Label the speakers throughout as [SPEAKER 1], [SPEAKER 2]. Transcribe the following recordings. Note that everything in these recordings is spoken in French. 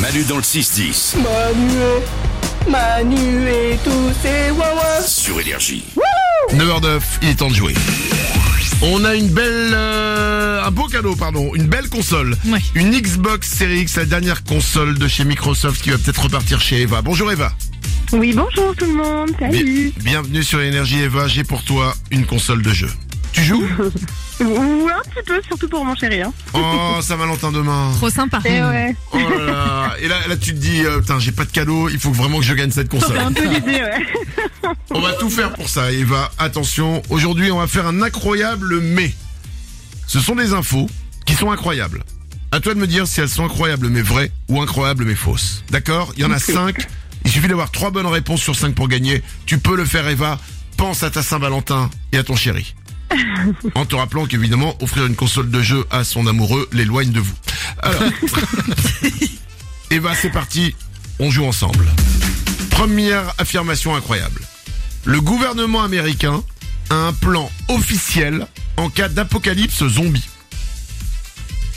[SPEAKER 1] Manu dans le 6-10
[SPEAKER 2] Manu est, Manu et tous ses wawas.
[SPEAKER 1] sur Énergie.
[SPEAKER 3] 9h09, il est temps de jouer. On a une belle, euh, un beau cadeau, pardon, une belle console,
[SPEAKER 4] Ouais.
[SPEAKER 3] une Xbox Series X, la dernière console de chez Microsoft qui va peut-être repartir chez Eva. Bonjour Eva.
[SPEAKER 5] Oui, bonjour tout le monde, salut.
[SPEAKER 3] Bien- bienvenue sur Énergie Eva. J'ai pour toi une console de jeu. Tu joues
[SPEAKER 5] Ou un petit peu, surtout pour mon chéri. Hein.
[SPEAKER 3] Oh, Saint-Valentin demain.
[SPEAKER 4] Trop sympa.
[SPEAKER 5] Eh ouais,
[SPEAKER 3] Oh là là. Et là, là, tu te dis, euh, putain, j'ai pas de cadeau. Il faut vraiment que je gagne cette console.
[SPEAKER 5] un peu l'idée, ouais.
[SPEAKER 3] On va tout faire pour ça, Eva. Attention, aujourd'hui, on va faire un incroyable mais. Ce sont des infos qui sont incroyables. À toi de me dire si elles sont incroyables mais vraies ou incroyables mais fausses. D'accord Il y en a cinq. Il suffit d'avoir trois bonnes réponses sur cinq pour gagner. Tu peux le faire, Eva. Pense à ta Saint-Valentin et à ton chéri. En te rappelant qu'évidemment, offrir une console de jeu à son amoureux l'éloigne de vous. Alors, Eva, c'est parti. On joue ensemble. Première affirmation incroyable. Le gouvernement américain a un plan officiel en cas d'apocalypse zombie.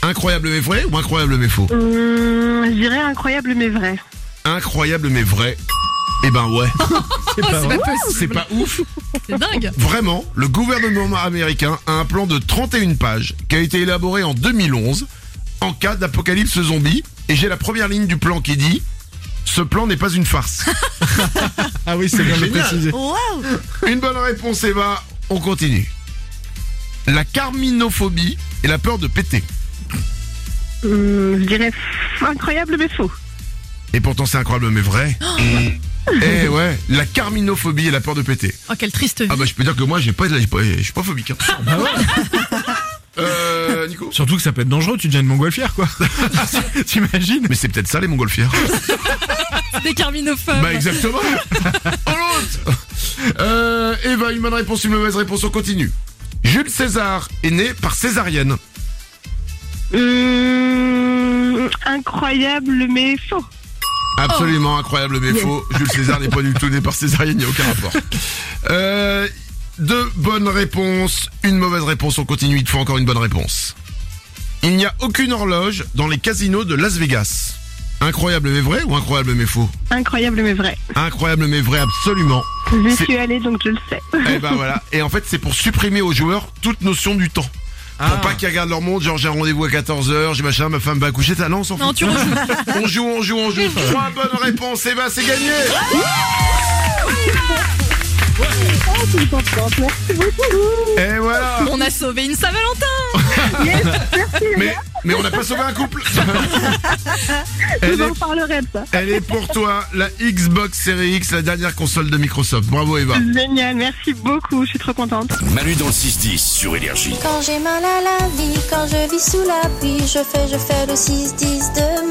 [SPEAKER 3] Incroyable mais vrai ou incroyable mais faux
[SPEAKER 5] Hum, je dirais incroyable mais vrai.
[SPEAKER 3] Incroyable mais vrai. Eh ben ouais.
[SPEAKER 4] c'est pas, possible.
[SPEAKER 3] C'est pas ouf.
[SPEAKER 4] C'est dingue.
[SPEAKER 3] Vraiment, le gouvernement américain a un plan de 31 pages qui a été élaboré en 2011 en cas d'apocalypse zombie. Et j'ai la première ligne du plan qui dit ce plan n'est pas une farce.
[SPEAKER 6] Ah oui, c'est bien de le
[SPEAKER 3] Génial.
[SPEAKER 6] préciser.
[SPEAKER 4] Waouh.
[SPEAKER 3] Une bonne réponse, Eva. On continue. La carminophobie et la peur de péter.
[SPEAKER 5] Hum, je dirais f- incroyable mais faux.
[SPEAKER 3] Et pourtant, c'est incroyable, mais vrai. Eh ouais, la carminophobie et la peur de péter.
[SPEAKER 4] Oh, quelle triste vie.
[SPEAKER 3] Ah bah, je peux dire que moi, j'ai pas, j'ai pas- je suis pas phobique. hein. euh, Nico
[SPEAKER 6] Surtout que ça peut être dangereux, tu deviens une montgolfière, quoi. T'imagines
[SPEAKER 3] Mais c'est peut-être ça, les montgolfières.
[SPEAKER 4] Des carminophobes.
[SPEAKER 3] bah, exactement. En l'autre. Euh, Eva, une bonne réponse, une mauvaise réponse, on continue. Jules César est né par césarienne.
[SPEAKER 5] Hum, incroyable mais faux.
[SPEAKER 4] Oh.
[SPEAKER 3] Absolument incroyable, mais faux. Jules César n'est pas du tout né par césarienne, il n'y a aucun rapport. Euh, deux bonnes réponses, une mauvaise réponse. On continue, il te faut encore une bonne réponse. Il n'y a aucune horloge dans les casinos de Las Vegas. Incroyable mais vrai ou incroyable mais faux
[SPEAKER 5] Incroyable mais vrai.
[SPEAKER 3] Incroyable mais vrai, absolument.
[SPEAKER 5] J'y
[SPEAKER 3] C'est-
[SPEAKER 5] suis allée donc je le sais.
[SPEAKER 3] Et ben voilà. Et en fait, c'est pour supprimer aux joueurs toute notion du temps. Pour
[SPEAKER 4] Ah.
[SPEAKER 3] pas qu'ils regardent leur montre, genre j'ai un rendez-vous à 14h, j'ai machin, ma femme va coucher, ça, non, on s'en fout.
[SPEAKER 4] Non, tu rejoues.
[SPEAKER 3] On joue, on joue, on joue. Trois bonnes réponses, Eva, c'est gagné. Et voilà.
[SPEAKER 4] On a sauvé une Saint-Valentin.
[SPEAKER 3] Mais, mais on n'a pas sauvé un couple.
[SPEAKER 5] Je
[SPEAKER 3] elle,
[SPEAKER 5] vous en
[SPEAKER 3] est,
[SPEAKER 5] parlerai de ça.
[SPEAKER 3] elle est pour toi, la Xbox Series X, la dernière console de Microsoft. Bravo
[SPEAKER 5] Ah.
[SPEAKER 3] Eva.
[SPEAKER 5] Génial, merci beaucoup, je suis trop contente.
[SPEAKER 1] Manu dans le 6-10 sur Énergie.
[SPEAKER 7] Quand j'ai mal à la vie, quand je vis sous la pluie, je fais, je fais le 6-10 de